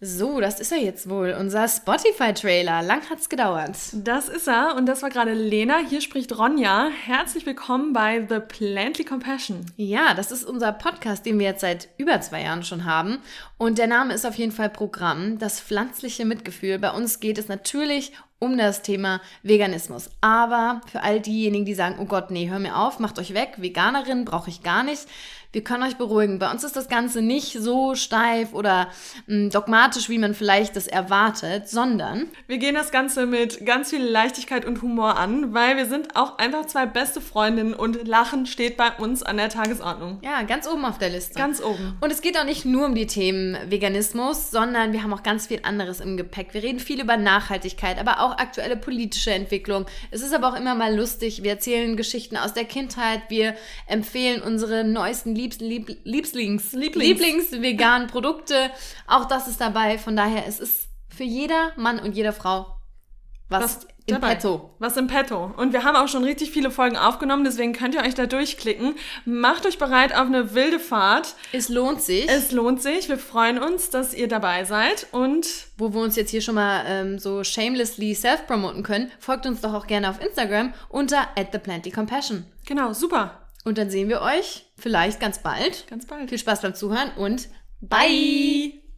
So, das ist er jetzt wohl, unser Spotify-Trailer. Lang hat's gedauert. Das ist er und das war gerade Lena. Hier spricht Ronja. Herzlich willkommen bei The Plantly Compassion. Ja, das ist unser Podcast, den wir jetzt seit über zwei Jahren schon haben. Und der Name ist auf jeden Fall Programm, das pflanzliche Mitgefühl. Bei uns geht es natürlich um das Thema Veganismus. Aber für all diejenigen, die sagen, oh Gott, nee, hör mir auf, macht euch weg, Veganerin brauche ich gar nicht. Wir können euch beruhigen. Bei uns ist das Ganze nicht so steif oder mh, dogmatisch, wie man vielleicht das erwartet, sondern Wir gehen das Ganze mit ganz viel Leichtigkeit und Humor an, weil wir sind auch einfach zwei beste Freundinnen und Lachen steht bei uns an der Tagesordnung. ja, ganz oben auf der Liste. Ganz oben. Und es geht auch nicht nur um die Themen Veganismus, sondern wir haben auch ganz viel anderes im Gepäck. Wir reden viel über Nachhaltigkeit, aber auch aktuelle politische Entwicklung. Es ist aber auch immer mal lustig. Wir erzählen Geschichten aus der Kindheit. Wir empfehlen unsere neuesten Liebs Lieb Lieblings Lieblings. Lieblings-veganen Produkte. Auch das ist dabei. Von daher, es ist für jeder Mann und jede Frau was, Was im dabei. Petto. Was im Petto. Und wir haben auch schon richtig viele Folgen aufgenommen, deswegen könnt ihr euch da durchklicken. Macht euch bereit auf eine wilde Fahrt. Es lohnt sich. Es lohnt sich. Wir freuen uns, dass ihr dabei seid. Und wo wir uns jetzt hier schon mal ähm, so shamelessly self-promoten können, folgt uns doch auch gerne auf Instagram unter at theplantycompassion. genau, super. Und dann sehen wir euch vielleicht ganz bald. Ganz bald. Viel Spaß beim Zuhören und bye. Bye.